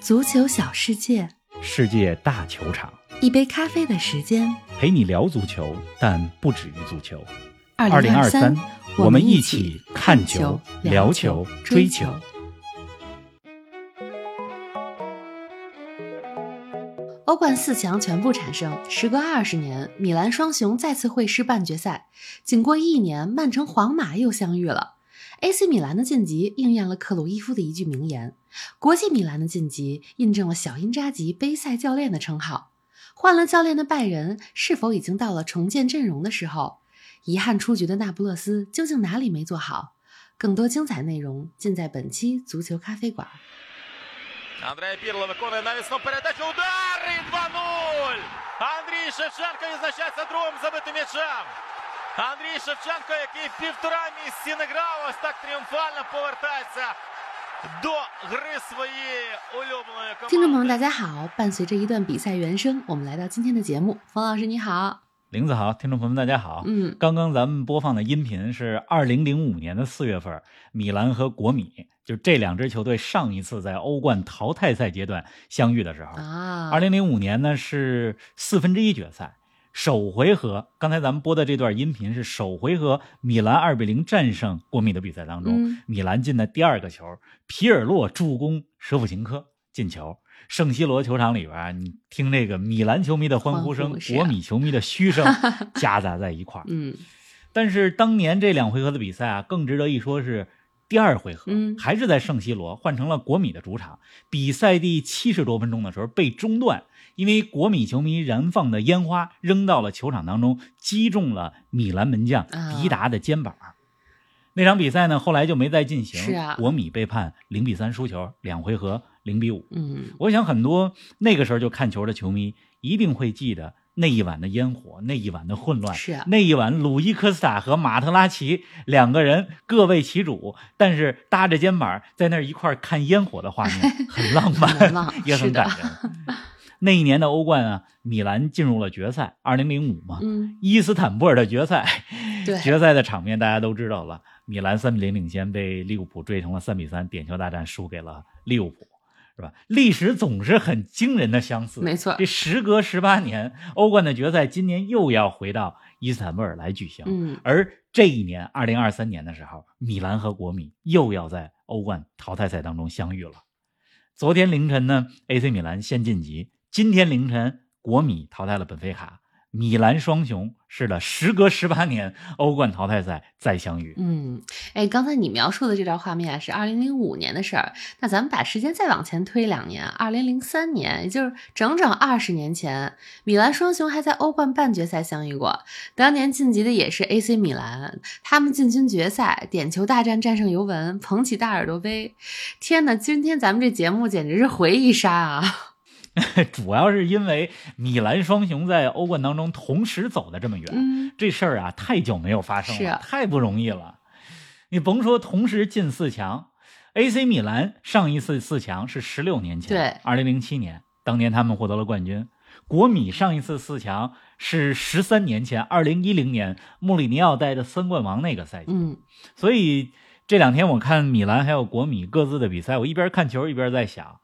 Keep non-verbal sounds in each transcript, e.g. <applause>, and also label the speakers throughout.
Speaker 1: 足球小世界，
Speaker 2: 世界大球场，
Speaker 1: 一杯咖啡的时间。
Speaker 2: 陪你聊足球，但不止于足球。
Speaker 1: 二
Speaker 2: 零
Speaker 1: 二
Speaker 2: 三，
Speaker 1: 我
Speaker 2: 我
Speaker 1: 们
Speaker 2: 们
Speaker 1: 一
Speaker 2: 一
Speaker 1: 起
Speaker 2: 起
Speaker 1: 看
Speaker 2: 看
Speaker 1: 球
Speaker 2: 球、
Speaker 1: 聊
Speaker 2: 聊
Speaker 1: 球
Speaker 2: 球、
Speaker 1: 追
Speaker 2: 追
Speaker 1: 球
Speaker 2: 球。
Speaker 1: 欧冠四强全部产生，时隔二十年，米兰双雄再次会师半决赛。仅过一年，曼城、皇马又相遇了。AC 米兰的晋级应验了克鲁伊夫的一句名言，国际米兰的晋级印证了小因扎吉杯赛教练的称号。换了教练的拜仁，是否已经到了重建阵容的时候？遗憾出局的那不勒斯究竟哪里没做好？更多精彩内容尽在本期足球咖啡馆。
Speaker 3: Андрей Пірло виконує навісну передачу. Удар і 2-0! Андрій Шевченко відзначається другим забитим м'ячем. Андрій Шевченко, який півтора місяці не грав, ось так тріумфально повертається до гри своєї улюбленої
Speaker 1: 听众朋友，
Speaker 3: команди.
Speaker 1: 大家好！伴随着一段比赛原声，我们来到今天的节目。冯老师你好，
Speaker 2: 林子豪，听众朋友们，大家好。
Speaker 1: 嗯，
Speaker 2: 刚刚咱们播放的音频是二零零五年的四月份，米兰和国米就这两支球队上一次在欧冠淘汰赛阶段相遇的时候。
Speaker 1: 啊，
Speaker 2: 二零零五年呢是四分之一决赛，首回合。刚才咱们播的这段音频是首回合米兰二比零战胜国米的比赛当中，
Speaker 1: 嗯
Speaker 2: 米兰进的第二个球，皮尔洛助攻舍甫琴科进球。圣西罗球场里边啊，你听这个米兰球迷的欢呼
Speaker 1: 欢
Speaker 2: 声
Speaker 1: 呼，是啊
Speaker 2: 国米球迷的嘘声 <laughs> 夹杂在一块儿。
Speaker 1: 嗯
Speaker 2: 但是当年这两回合的比赛啊，更值得一说是第二回合，
Speaker 1: 嗯
Speaker 2: 还是在圣西罗，换成了国米的主场。比赛第七十多分钟的时候被中断，因为国米球迷燃放的烟花扔到了球场当中，击中了米兰门将
Speaker 1: 啊
Speaker 2: 迪达的肩膀。那场比赛呢，后来就没再进行。
Speaker 1: 是啊
Speaker 2: 国米被判零比三输球，两回合零比五。
Speaker 1: 嗯，
Speaker 2: 我想很多那个时候就看球的球迷一定会记得那一晚的烟火，那一晚的混乱，
Speaker 1: 是啊
Speaker 2: 那一晚鲁伊科斯塔和马特拉齐两个人各为其主，但是搭着肩膀在那儿一块儿看烟火的画
Speaker 1: <laughs>
Speaker 2: 面，很浪
Speaker 1: 很难
Speaker 2: 漫，，
Speaker 1: 忘
Speaker 2: <laughs> 也
Speaker 1: 是
Speaker 2: 很
Speaker 1: 的
Speaker 2: 感，人。那一年的欧冠啊，米兰进入了决赛，二零零五嘛，
Speaker 1: 嗯，
Speaker 2: 伊斯坦布尔的决赛，
Speaker 1: <laughs> 对
Speaker 2: 决赛的场面大家都知道了，米兰三比零领先，被利物浦追成了三比三，点球大战输给了利物浦，是吧？历史总是很惊人的相似，
Speaker 1: 嗯没错
Speaker 2: <laughs> 这时隔十八年，欧冠的决赛今年又要回到伊斯坦布尔来举行，
Speaker 1: 嗯，
Speaker 2: 而这一年二零二三年的时候，米兰和国米又要在欧冠淘汰赛当中相遇了。昨天凌晨呢，AC 米兰先晋级，今天凌晨国米淘汰了本菲卡，米兰双雄是的，时隔十八年欧冠淘汰赛再相遇。
Speaker 1: 嗯，哎，刚才你描述的这段画面啊，是二零零五年的事儿。那咱们把时间再往前推两年，二零零三年，也就是整整二十年前，米兰双雄还在欧冠半决赛相遇过。当年晋级的也是 AC 米兰，他们进军决赛，点球大战战胜尤文，捧起大耳朵杯。天呐，今天咱们这节目简直是回忆杀
Speaker 2: <laughs>
Speaker 1: 啊！
Speaker 2: <laughs> 主要是因为米兰双雄在欧冠当中同时走的这么远，
Speaker 1: 嗯，
Speaker 2: 这事儿啊太久没有发生
Speaker 1: 是
Speaker 2: 了，
Speaker 1: 啊
Speaker 2: 太不容易了。你甭说同时进四强，AC 米兰上一次四强是十六年前，
Speaker 1: 对，
Speaker 2: 二零零七年，当年他们获得了冠军。国米上一次四强是十三年前，二零一零年穆里尼奥带的三冠王那个赛季。
Speaker 1: 嗯，
Speaker 2: 所以这两天我看米兰还有国米各自的比赛，我一边看球一边在想，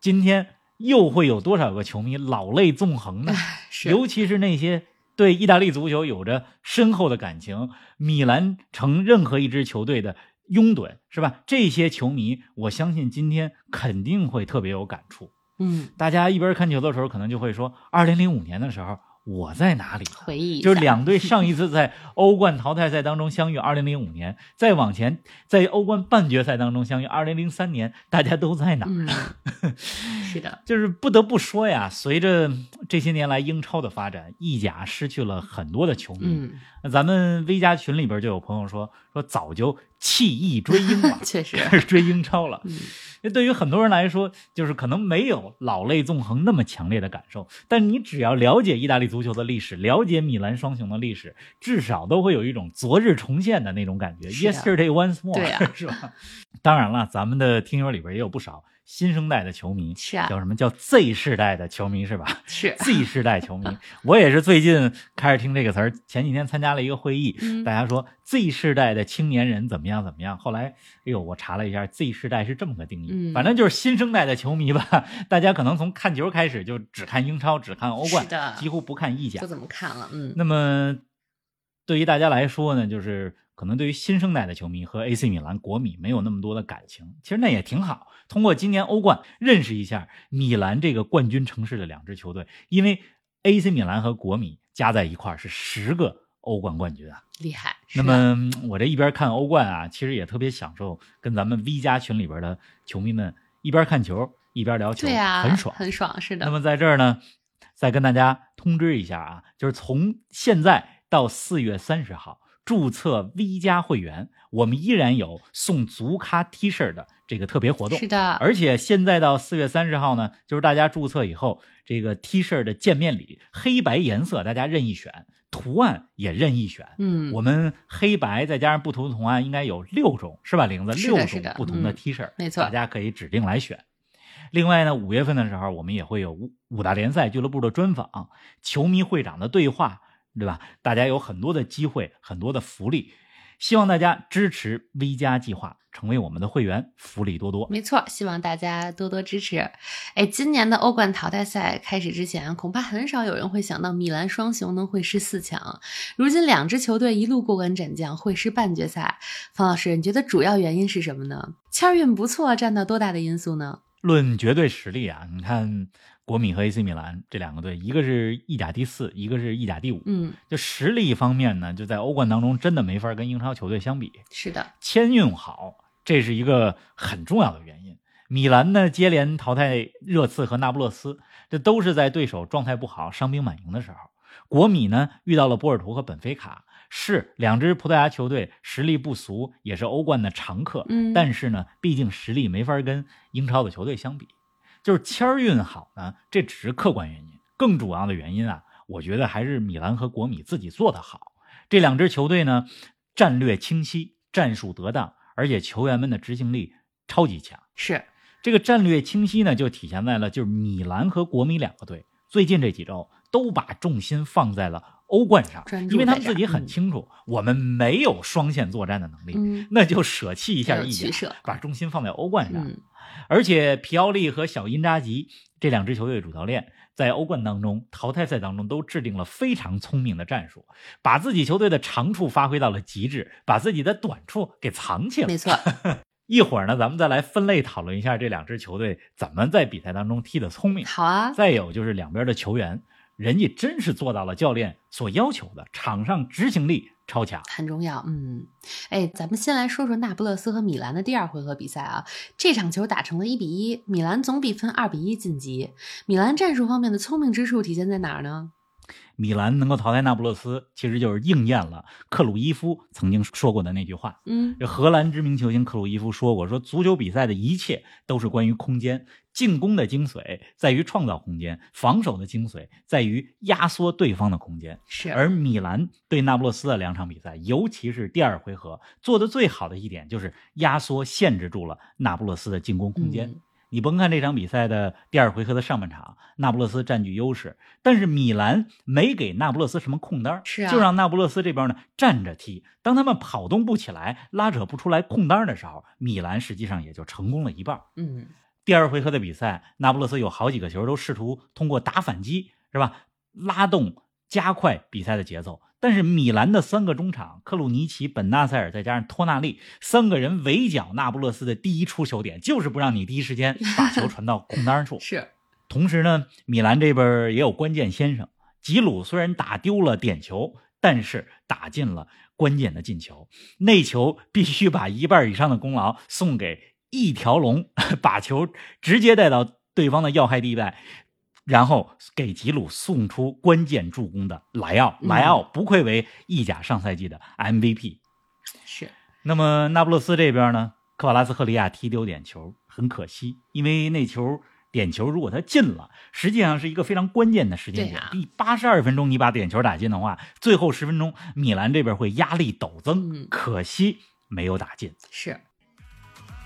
Speaker 2: 今天又会有多少个球迷老泪纵横呢？
Speaker 1: 是，
Speaker 2: 尤其是那些对意大利足球有着深厚的感情，米兰城任何一支球队的拥趸，是吧？这些球迷，我相信今天肯定会特别有感触。
Speaker 1: 嗯，
Speaker 2: 大家一边看球的时候，可能就会说，二零零五年的时候我在哪里？啊
Speaker 1: 回忆一下，
Speaker 2: 就是两队上一次在欧冠淘汰赛当中相遇，二零零五年；再往前，在欧冠半决赛当中相遇，二零零三年，大家都在哪儿？ <laughs>
Speaker 1: 嗯，是的，
Speaker 2: 就是不得不说呀，随着嗯这些年来英超的发展，意甲失去了很多的球迷。
Speaker 1: 嗯，，
Speaker 2: 那咱们 V 加群里边就有朋友说，说早就弃意追英了
Speaker 1: <laughs> 确
Speaker 2: <laughs>
Speaker 1: 实，
Speaker 2: 开始追英超了。
Speaker 1: 嗯。
Speaker 2: 那对于很多人来说，就是可能没有老泪纵横那么强烈的感受，但你只要了解意大利足球的历史，了解米兰双雄的历史，至少都会有一种昨日重现的那种感觉
Speaker 1: 是啊
Speaker 2: <laughs> ，Yesterday once more，
Speaker 1: 对啊
Speaker 2: 是吧？当然了，咱们的听友里边也有不少新生代的球迷，
Speaker 1: 是啊
Speaker 2: 叫什么叫 Z 世代的球迷是吧？ <laughs>
Speaker 1: 是
Speaker 2: Z 世代球迷，我也是最近开始听这个词儿。前几天参加了一个会议，
Speaker 1: 嗯
Speaker 2: 大家说 Z 世代的青年人怎么样怎么样。后来，哎呦，我查了一下，Z 世代是这么个定义，
Speaker 1: 嗯
Speaker 2: 反正就是新生代的球迷吧。 <laughs> 大家可能从看球开始就只看英超，只看欧冠
Speaker 1: 是的，
Speaker 2: 几乎不看意甲
Speaker 1: 不。怎么看了，嗯，
Speaker 2: 那么，对于大家来说呢，就是可能对于新生代的球迷和 AC 米兰、国米没有那么多的感情，其实那也挺好。通过今年欧冠认识一下米兰这个冠军城市的两支球队，因为 AC 米兰和国米加在一块儿是十个欧冠冠军啊。
Speaker 1: 厉害。是
Speaker 2: 那么
Speaker 1: 啊
Speaker 2: 嗯我这一边看欧冠啊，其实也特别享受跟咱们 V 加群里边的球迷们一边看球一边聊球，
Speaker 1: 对呀，
Speaker 2: 很爽，
Speaker 1: 很爽，是的。
Speaker 2: 那么在这儿呢，再跟大家通知一下啊，就是从现在到四月三十号注册 V 加会员，我们依然有送足咖 T 恤的这个特别活动
Speaker 1: 是。的，
Speaker 2: 而且现在到四月三十号呢，就是大家注册以后，这个 T 恤的见面礼，黑白颜色大家任意选，图案也任意选。
Speaker 1: 嗯，
Speaker 2: 我们黑白再加上不同的图案，应该有六种，是吧，玲子？
Speaker 1: 是的
Speaker 2: 六
Speaker 1: 是
Speaker 2: 种
Speaker 1: 的
Speaker 2: 不同的
Speaker 1: 嗯
Speaker 2: T 恤，
Speaker 1: 没错
Speaker 2: 大家可以指定来选。另外呢，五月份的时候，我们也会有五五大联赛俱乐部的专访、球迷会长的对话，对吧？大家有很多的机会，很多的福利，希望大家支持 V 加计划，成为我们的会员，福利多多。
Speaker 1: 没错，希望大家多多支持。哎，今年的欧冠淘汰赛开始之前，恐怕很少有人会想到米兰双雄能会师四强。如今两支球队一路过关斩将，会师半决赛。方老师，你觉得主要原因是什么呢？签儿运不错占到多大的因素呢？
Speaker 2: 论绝对实力啊，你看国米和 AC 米兰这两个队，一个是意甲第四，一个是意甲第五。
Speaker 1: 嗯，
Speaker 2: 就实力方面呢，就在欧冠当中真的没法跟英超球队相比。
Speaker 1: 是的，
Speaker 2: 签运好，这是一个很重要的原因。米兰呢接连淘汰热刺和那不勒斯，这都是在对手状态不好、伤兵满营的时候。国米呢遇到了波尔图和本菲卡，是两支葡萄牙球队实力不俗，也是欧冠的常客。
Speaker 1: 嗯
Speaker 2: 但是呢，毕竟实力没法跟英超的球队相比。就是签儿运好呢，这只是客观原因，更主要的原因啊，我觉得还是米兰和国米自己做得好。这两支球队呢，战略清晰，战术得当，而且球员们的执行力超级强。
Speaker 1: 是
Speaker 2: 这个战略清晰呢，就体现在了就是米兰和国米两个队最近这几周都把重心放在了欧冠上
Speaker 1: 专，注
Speaker 2: 因为他们
Speaker 1: 在这儿
Speaker 2: 自己很
Speaker 1: 嗯
Speaker 2: 清楚，我们没有双线作战的能力，
Speaker 1: 嗯
Speaker 2: 那就舍弃一下
Speaker 1: 要有
Speaker 2: 意
Speaker 1: 取
Speaker 2: 甲
Speaker 1: 舍，
Speaker 2: 把重心放在欧冠上。
Speaker 1: 嗯，
Speaker 2: 而且皮奥利和小因扎吉这两支球队的主教练在欧冠当中、淘汰赛当中都制定了非常聪明的战术，把自己球队的长处发挥到了极致，把自己的短处给藏起来
Speaker 1: 没。错，
Speaker 2: 一会儿呢，咱们再来分类讨论一下这两支球队怎么在比赛当中踢得聪明。
Speaker 1: 好啊，
Speaker 2: 再有就是两边的球员，人家真是做到了教练所要求的，场上执行力超强。
Speaker 1: 很重要，嗯，哎，咱们先来说说那不勒斯和米兰的第二回合比赛啊。这场球打成了一比一，米兰总比分二比一晋级。米兰战术方面的聪明之处体现在哪儿呢？
Speaker 2: 米兰能够淘汰那不勒斯，其实就是应验了克鲁伊夫曾经说过的那句话：
Speaker 1: 嗯，
Speaker 2: 这荷兰知名球星克鲁伊夫说过：“说足球比赛的一切都是关于空间，进攻的精髓在于创造空间，防守的精髓在于压缩对方的空间。”
Speaker 1: 是，
Speaker 2: 而米兰对那不勒斯的两场比赛，尤其是第二回合做的最好的一点，就是压缩限制住了那不勒斯的进攻空间。
Speaker 1: 嗯
Speaker 2: 你甭看这场比赛的第二回合的上半场，那不勒斯占据优势，但是米兰没给那不勒斯什么空当儿，
Speaker 1: 是啊
Speaker 2: 就让那不勒斯这边呢站着踢。当他们跑动不起来、拉扯不出来空当儿的时候，米兰实际上也就成功了一半儿。
Speaker 1: 嗯，
Speaker 2: 第二回合的比赛，那不勒斯有好几个球都试图通过打反击，是吧？拉动、加快比赛的节奏。但是米兰的三个中场，克鲁尼奇、本纳塞尔再加上托纳利，三个人围剿那不勒斯的第一出球点，就是不让你第一时间把球传到空当处。
Speaker 1: 是，
Speaker 2: 同时呢，米兰这边儿也有关键先生，吉鲁虽然打丢了点球，但是打进了关键的进球。那球必须把一半以上的功劳送给一条龙，把球直接带到对方的要害地带。然后给吉鲁送出关键助攻的莱奥，
Speaker 1: 嗯
Speaker 2: 莱奥不愧为意甲上赛季的 MVP。
Speaker 1: 是，
Speaker 2: 那么那不勒斯这边呢，科瓦拉斯赫利亚踢丢点球，很可惜，因为那球点球如果他进了，实际上是一个非常关键的时间
Speaker 1: 对
Speaker 2: 点
Speaker 1: 啊。
Speaker 2: 第八十二分钟你把点球打进的话，最后十分钟米兰这边会压力陡增，
Speaker 1: 嗯
Speaker 2: 可惜没有打进。
Speaker 1: 是，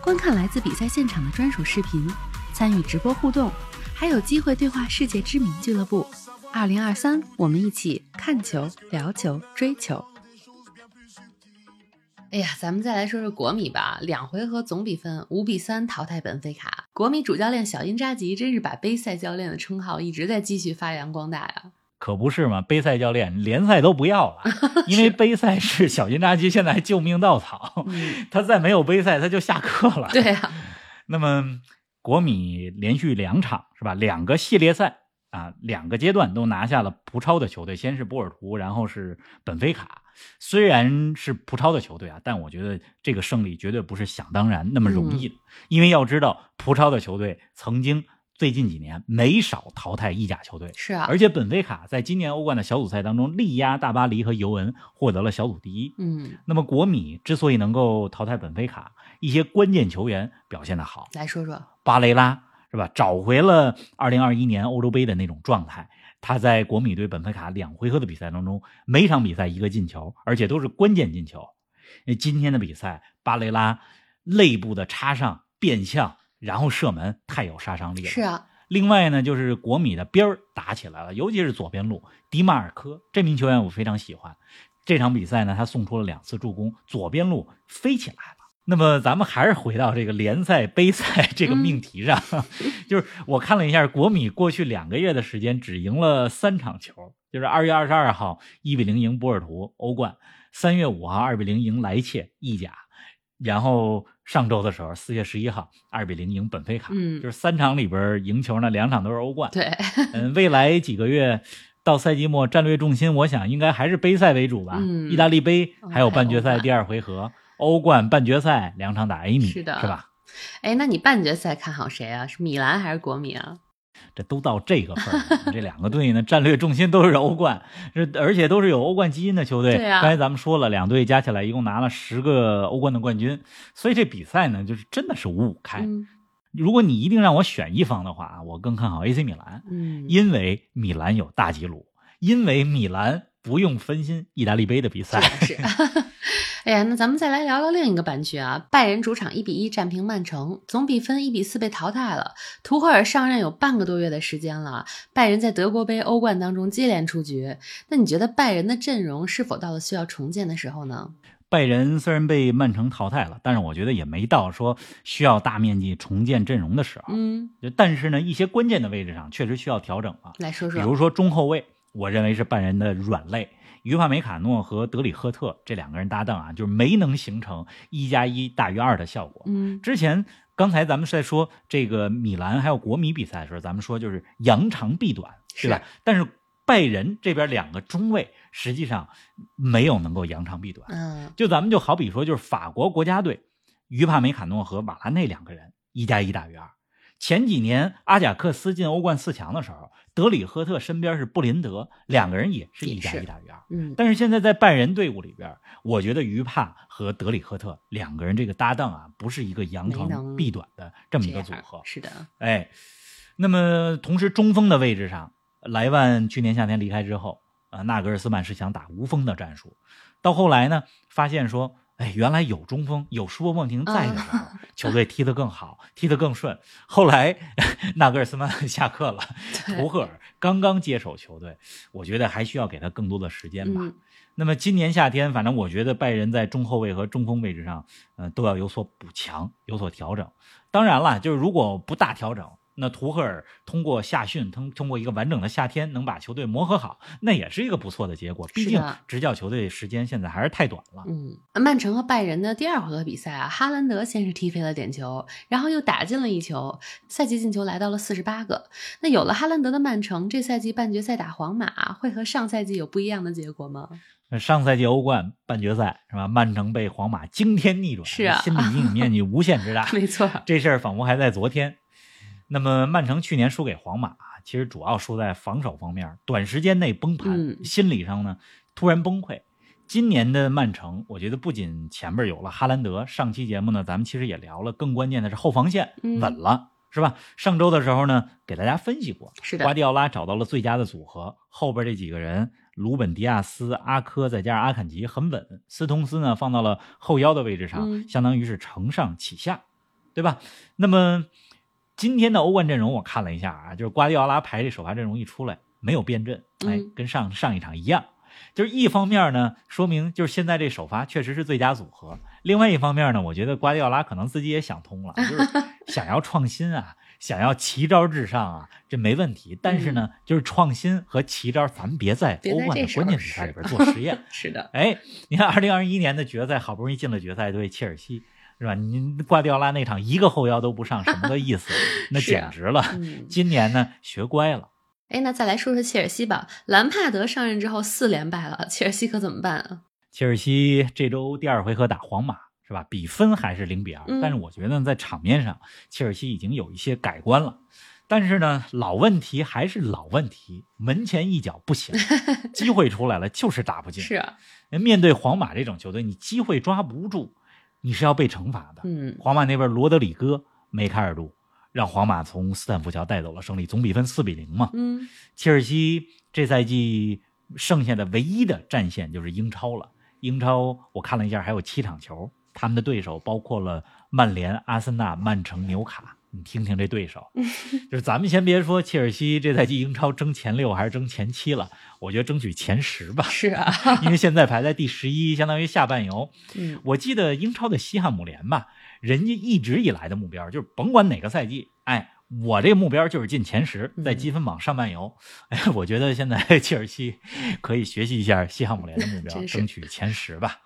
Speaker 1: 观看来自比赛现场的专属视频，参与直播互动，还有机会对话世界知名俱乐部。二零二三，我们一起看球、聊球、追球。哎呀，咱们再来说说国米吧，两回合总比分五比三淘汰本菲卡。国米主教练小因扎吉真是把杯赛教练的称号一直在继续发扬光大呀。
Speaker 2: 可不是嘛，杯赛教练联赛都不要
Speaker 1: <laughs>
Speaker 2: 了，因为杯赛是小金扎基现在救命稻草，
Speaker 1: 嗯，
Speaker 2: 他再没有杯赛他就下课了。
Speaker 1: <laughs> 对啊，
Speaker 2: 那么国米连续两场是吧？两个系列赛啊，两个阶段都拿下了葡超的球队，先是波尔图，然后是本菲卡。虽然是葡超的球队啊，但我觉得这个胜利绝对不是想当然那么容易的，
Speaker 1: 嗯
Speaker 2: 因为要知道葡超的球队曾经最近几年没少淘汰意甲球队。
Speaker 1: 是啊
Speaker 2: 而，且本菲卡在今年欧冠的小组赛当中力压大巴黎和尤文，获得了小组第一。
Speaker 1: 嗯，
Speaker 2: 那么国米之所以能够淘汰本菲卡，一些关键球员表现的好，
Speaker 1: 来说说，
Speaker 2: 巴雷拉是吧？找回了2021年欧洲杯的那种状态。他在国米对本菲卡两回合的比赛当中，每场比赛一个进球，而且都是关键进球。呃今天的比赛，巴雷拉肋部的插上变向，然后射门，太有杀伤力了。
Speaker 1: 是啊，
Speaker 2: 另外呢，就是国米的边儿打起来了，尤其是左边路迪马尔科这名球员，我非常喜欢。这场比赛呢，他送出了两次助攻，左边路飞起来了。那么咱们还是回到这个联赛、杯赛这个命题上， <laughs> 就是我看了一下，国米过去两个月的时间只赢了三场球，就是二月二十二号一比零赢波尔图欧冠，三月五号二比零赢莱切意甲，然后上周的时候四月十一号二比零赢本菲卡，
Speaker 1: 嗯
Speaker 2: 就是三场里边赢球呢，两场都是欧冠。
Speaker 1: 对， <laughs>
Speaker 2: 嗯，未来几个月到赛季末，战略重心我想应该还是杯赛为主吧。
Speaker 1: 嗯
Speaker 2: 意大利杯
Speaker 1: 嗯
Speaker 2: 还有半决
Speaker 1: 还有欧冠
Speaker 2: 赛第二回合，欧冠半决赛两场打 A 米，
Speaker 1: 是的
Speaker 2: 吧？
Speaker 1: 哎，那你半决赛看好谁啊？是米兰还是国米啊？
Speaker 2: 这都到这个份儿了，这两个队呢，战略重心都是欧冠，这而且都是有欧冠基因的球队。
Speaker 1: 对啊
Speaker 2: 刚才咱们说了，两队加起来一共拿了十个欧冠的冠军，所以这比赛呢，就是真的是五五开。
Speaker 1: 嗯
Speaker 2: 如果你一定让我选一方的话，啊我更看好 AC 米兰。
Speaker 1: 嗯，
Speaker 2: 因为米兰有大吉鲁，因为米兰不用分心意大利杯的比赛。
Speaker 1: 是。 <laughs> 哎呀，那咱们再来聊聊另一个半区啊，拜仁主场一比一战平曼城，总比分一比四被淘汰了。图赫尔上任有半个多月的时间了，拜仁在德国杯、欧冠当中接连出局。那你觉得拜仁的阵容是否到了需要重建的时候呢？
Speaker 2: 拜仁虽然被曼城淘汰了，但是我觉得也没到说需要大面积重建阵容的时候。
Speaker 1: 嗯，
Speaker 2: 就但是呢，一些关键的位置上确实需要调整了，
Speaker 1: 来说
Speaker 2: 比
Speaker 1: 说
Speaker 2: 如。说中后卫，我认为是拜仁的软肋。于帕梅卡诺和德里赫特这两个人搭档啊，就是没能形成一加一大于二的效果。
Speaker 1: 嗯，
Speaker 2: 之前刚才咱们在说这个米兰还有国米比赛的时候，咱们说就是扬长避短，
Speaker 1: 是
Speaker 2: 对吧？但是拜仁这边两个中卫实际上没有能够扬长避短。
Speaker 1: 嗯，
Speaker 2: 就咱们就好比说，就是法国国家队于帕梅卡诺和瓦拉内两个人一加一大于二。前几年阿贾克斯进欧冠四强的时候，德里赫特身边是布林德，两个人也是一加
Speaker 1: 也
Speaker 2: 一
Speaker 1: 是
Speaker 2: 大于二。
Speaker 1: 嗯，
Speaker 2: 但是现在在拜仁队伍里边，我觉得于帕和德里赫特两个人这个搭档啊，不是一个扬
Speaker 1: 没能
Speaker 2: 长避短的这么一个组
Speaker 1: 这样
Speaker 2: 合。
Speaker 1: 是的，
Speaker 2: 哎，那么同时中锋的位置上，莱万去年夏天离开之后，啊，纳格尔斯曼是想打无锋的战术，到后来呢，发现说。哎，原来有中锋，有舒波莫廷在的时候，
Speaker 1: 嗯
Speaker 2: 球队踢得更好，踢得更顺。后来 <laughs> 纳格尔斯曼下课了，
Speaker 1: 对
Speaker 2: 图，赫尔刚刚接手球队，我觉得还需要给他更多的时间吧。
Speaker 1: 嗯，
Speaker 2: 那么今年夏天，反正我觉得拜仁在中后卫和中锋位置上，呃，都要有所补强，有所调整。当然了，就是如果不大调整，那图赫尔通过夏训，通通过一个完整的夏天，能把球队磨合好，那也是一个不错的结果。毕
Speaker 1: 是
Speaker 2: 竟
Speaker 1: 的
Speaker 2: 执教球队时间现在还是太短了。
Speaker 1: 嗯，曼城和拜仁的第二回合比赛啊，哈兰德先是踢飞了点球，然后又打进了一球，赛季进球来到了四十八个。那有了哈兰德的曼城，这赛季半决赛打皇马，会和上赛季有不一样的结果吗？ <laughs>
Speaker 2: 上赛季欧冠半决赛是吧？曼城被皇马惊天逆转，
Speaker 1: 是啊
Speaker 2: 心理阴影面积无
Speaker 1: <laughs>
Speaker 2: 限之大。
Speaker 1: 没错儿，
Speaker 2: 这事儿仿佛还在昨天。那么，曼城去年输给皇马，啊其实主要输在防守方面，短时间内崩盘，
Speaker 1: 嗯
Speaker 2: 心理上呢突然崩溃。今年的曼城，我觉得不仅前边有了哈兰德，上期节目呢咱们其实也聊了，更关键的是后防线
Speaker 1: 嗯
Speaker 2: 稳了，是吧？上周的时候呢，给大家分析过，
Speaker 1: 是
Speaker 2: 瓜
Speaker 1: 的，
Speaker 2: 迪奥拉找到了最佳的组合，后边这几个人，鲁本迪亚斯、阿科再加上阿坎吉很稳，斯通斯呢放到了后腰的位置上，
Speaker 1: 嗯
Speaker 2: 相当于是承上启下，对吧？那么今天的欧冠阵容我看了一下啊，就是瓜迪奥拉排这首发阵容一出来没有变阵，哎
Speaker 1: 嗯，
Speaker 2: 跟上上一场一样。就是一方面呢，说明就是现在这首发确实是最佳组合；另外一方面呢，我觉得瓜迪奥拉可能自己也
Speaker 1: <laughs>
Speaker 2: 想通了，就是想要创新啊，想要奇招至上啊，这没问题。但是呢，就是创新和奇招，咱们别在
Speaker 1: 嗯别
Speaker 2: 欧
Speaker 1: 在
Speaker 2: 冠
Speaker 1: 这
Speaker 2: 的
Speaker 1: 时
Speaker 2: 关
Speaker 1: 候
Speaker 2: 键比赛里边做实验。
Speaker 1: 是的，
Speaker 2: 哎，你看，二零二一年的决赛，好不容易进了决赛对切尔西，是吧？您瓜迪奥拉那场一个后腰都不上，什么个
Speaker 1: <laughs>
Speaker 2: 意思？那
Speaker 1: 是啊
Speaker 2: 简直了。
Speaker 1: 嗯。
Speaker 2: 今年呢，学乖了。
Speaker 1: 哎，那再来说说切尔西吧。兰帕德上任之后四连败了，切尔西可怎么办啊？
Speaker 2: 切尔西这周第二回合打皇马是吧？比分还是零比二、
Speaker 1: 嗯
Speaker 2: 但是我觉得在场面上，切尔西已经有一些改观了。但是呢，老问题还是老问题，门前一脚
Speaker 1: <laughs>
Speaker 2: 不行，机会出来了就是打不进。
Speaker 1: 是啊，
Speaker 2: 面对皇马这种球队，你机会抓不住，你是要被惩罚的。
Speaker 1: 嗯，
Speaker 2: 皇马那边罗德里戈、梅开二度，让皇马从斯坦福桥带走了胜利，总比分四比零嘛。
Speaker 1: 嗯，
Speaker 2: 切尔西这赛季剩下的唯一的战线就是英超了。英超我看了一下，还有七场球，他们的对手包括了曼联、阿森纳、曼城、纽卡。你听听这对手，就是咱们先别说切尔西这赛季英超争前六还是争前七了，我觉得争取前十吧，
Speaker 1: 是啊，
Speaker 2: <laughs> 因为现在排在第十一，相当于下半游。
Speaker 1: 嗯，
Speaker 2: 我记得英超的西汉姆联吧，人家一直以来的目标就是甭管哪个赛季，哎，我这目标就是进前十，
Speaker 1: 嗯
Speaker 2: 在积分榜上半游。 <laughs> 哎，我觉得现在 <laughs> 切尔西可以学习一下西汉姆联的目标，
Speaker 1: 真是
Speaker 2: 争取前十吧。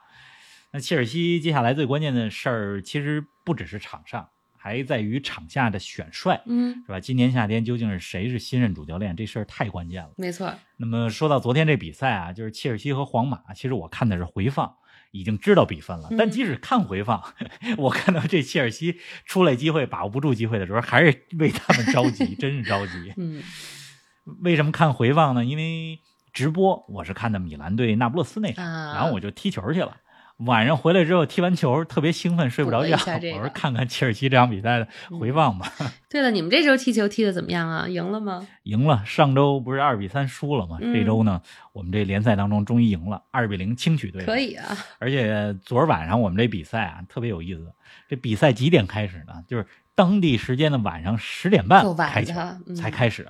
Speaker 2: 那切尔西接下来最关键的事儿，其实不只是场上，还在于场下的选帅，
Speaker 1: 嗯，
Speaker 2: 是吧？今年夏天究竟是谁是新任主教练，这事儿太关键了。
Speaker 1: 没错，
Speaker 2: 那么说到昨天这比赛啊，就是切尔西和皇马，其实我看的是回放，已经知道比分了
Speaker 1: 嗯。
Speaker 2: 但即使看回放， <laughs> 我看到这切尔西出来机会把握不住机会的时候，还是为他们着急， <laughs> 真是着急。
Speaker 1: 嗯，
Speaker 2: 为什么看回放呢？因为直播我是看的米兰对那不勒斯那场，
Speaker 1: 啊
Speaker 2: 然后我就踢球去了。晚上回来之后踢完球特别兴奋，睡不着
Speaker 1: 补了一
Speaker 2: 觉。
Speaker 1: 下这个
Speaker 2: 我说看看切尔西这场比赛的回放吧，
Speaker 1: 对了，你们这周踢球踢的怎么样啊？赢了吗？
Speaker 2: 赢了。上周不是二比三输了吗？
Speaker 1: 嗯
Speaker 2: 这周呢，我们这联赛当中终于赢了，二比零轻取对手。
Speaker 1: 可以啊，
Speaker 2: 而且昨儿晚上我们这比赛啊特别有意思，这比赛几点开始呢？就是当地时间的晚上十点
Speaker 1: 够晚
Speaker 2: 半开球
Speaker 1: 的嗯
Speaker 2: 才开始。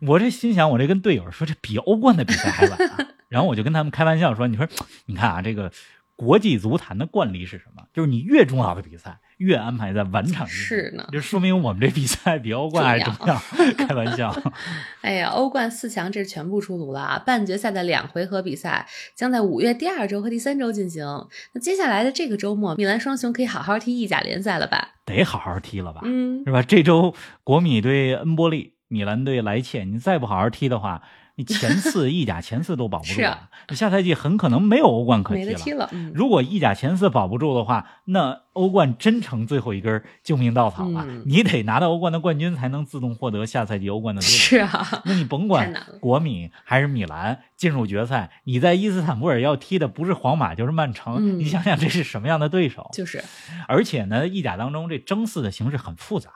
Speaker 2: 我这心想，我这跟队友说，这比欧冠的比赛还晚、啊。
Speaker 1: <laughs>
Speaker 2: 然后我就跟他们开玩笑说：“你说，你看啊，这个国际足坛的惯例是什么？就是你越重要的比赛，越安排在晚场进行
Speaker 1: 是呢
Speaker 2: 就说明我们这比赛比欧冠还重
Speaker 1: 重
Speaker 2: 要。 <laughs> 开玩笑，
Speaker 1: <laughs> 哎呀，欧冠四强这是全部出炉了啊！半决赛的两回合比赛将在五月第二周和第三周进行。那接下来的这个周末，米兰双雄可以好好踢意甲联赛了吧？
Speaker 2: 得好好踢了吧？
Speaker 1: 嗯，
Speaker 2: 是吧？这周国米对恩波利，米兰对莱切，你再不好好踢的话，你前四意甲前四都保不住
Speaker 1: 是啊
Speaker 2: 了，你下赛季很可能没有欧冠可
Speaker 1: 没
Speaker 2: 踢
Speaker 1: 得
Speaker 2: 了。
Speaker 1: 踢了。嗯，
Speaker 2: 如果意甲前四保不住的话，那欧冠真成最后一根救命稻草了。
Speaker 1: 嗯
Speaker 2: 你得拿到欧冠的冠军，才能自动获得下赛季欧冠的资格。
Speaker 1: 是啊， <laughs>
Speaker 2: 那你甭
Speaker 1: 太
Speaker 2: 管
Speaker 1: 难了
Speaker 2: 国米还是米兰进入决赛，你在伊斯坦布尔要踢的不是皇马就是曼城，
Speaker 1: 嗯
Speaker 2: 你想想这是什么样的对手？
Speaker 1: 就是
Speaker 2: 而且呢，意甲当中这争四的形势很复杂，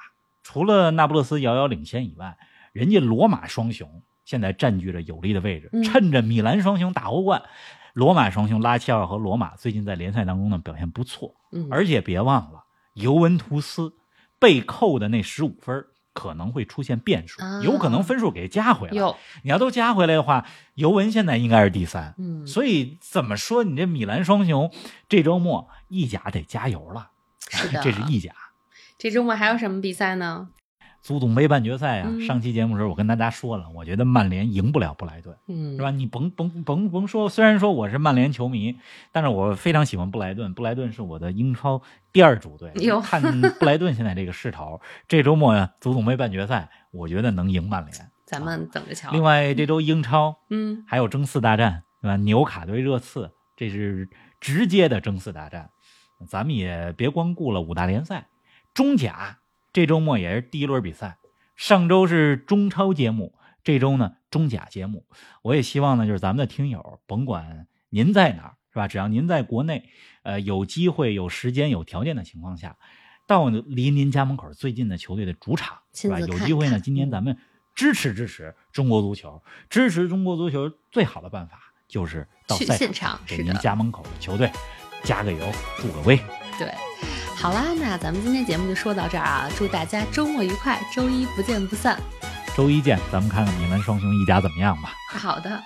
Speaker 2: 除了那不勒斯遥遥领先以外，人家罗马双雄现在占据着有利的位置，
Speaker 1: 嗯
Speaker 2: 趁着米兰双雄打欧冠，罗马双雄拉齐奥和罗马最近在联赛当中呢表现不错，
Speaker 1: 嗯，
Speaker 2: 而且别忘了尤文图斯被扣的那十五分儿可能会出现变数，
Speaker 1: 啊
Speaker 2: 有可能分数给加回来。
Speaker 1: 有
Speaker 2: 你要都加回来的话，尤文现在应该是第三，
Speaker 1: 嗯，
Speaker 2: 所以怎么说，你这米兰双雄这周末意甲得加油了。
Speaker 1: 是的，
Speaker 2: <laughs> 这是意甲。
Speaker 1: 这周末还有什么比赛呢？
Speaker 2: 足总杯半决赛啊，
Speaker 1: 嗯
Speaker 2: 上期节目的时候我跟大家说了，我觉得曼联赢不了布莱顿，
Speaker 1: 嗯，
Speaker 2: 是吧？你甭甭甭甭说，虽然说我是曼联球迷，但是我非常喜欢布莱顿，布莱顿是我的英超第二主队
Speaker 1: 哟。
Speaker 2: 看
Speaker 1: <laughs>
Speaker 2: 布莱顿现在这个势头，这周末呀、足总杯半决赛，我觉得能赢曼联。
Speaker 1: 咱们等着瞧。
Speaker 2: 另外，这周英超
Speaker 1: 嗯，
Speaker 2: 还有争四大战，对吧？纽卡对热刺，这是直接的争四大战。咱们也别光顾了五大联赛，中甲这周末也是第一轮比赛。上周是中超节目，这周呢中甲节目。我也希望呢，就是咱们的听友，甭管您在哪儿，是吧？只要您在国内，呃，有机会、有时间、有条件的情况下，到离您家门口最近的球队的主场，是吧？
Speaker 1: 亲自
Speaker 2: 有
Speaker 1: 看
Speaker 2: 机会呢，
Speaker 1: 看嗯
Speaker 2: 今天咱们支持支持中国足球，支持中国足球最好的办法就是到
Speaker 1: 去
Speaker 2: 赛
Speaker 1: 现
Speaker 2: 场
Speaker 1: 场
Speaker 2: 给
Speaker 1: 是
Speaker 2: 您
Speaker 1: 的
Speaker 2: 家门口的球队加个油、助个威。
Speaker 1: 对，好啦，那咱们今天节目就说到这儿啊，祝大家周末愉快，周一不见不散。
Speaker 2: 周一见，咱们看看米兰双雄意甲怎么样吧。
Speaker 1: 好的。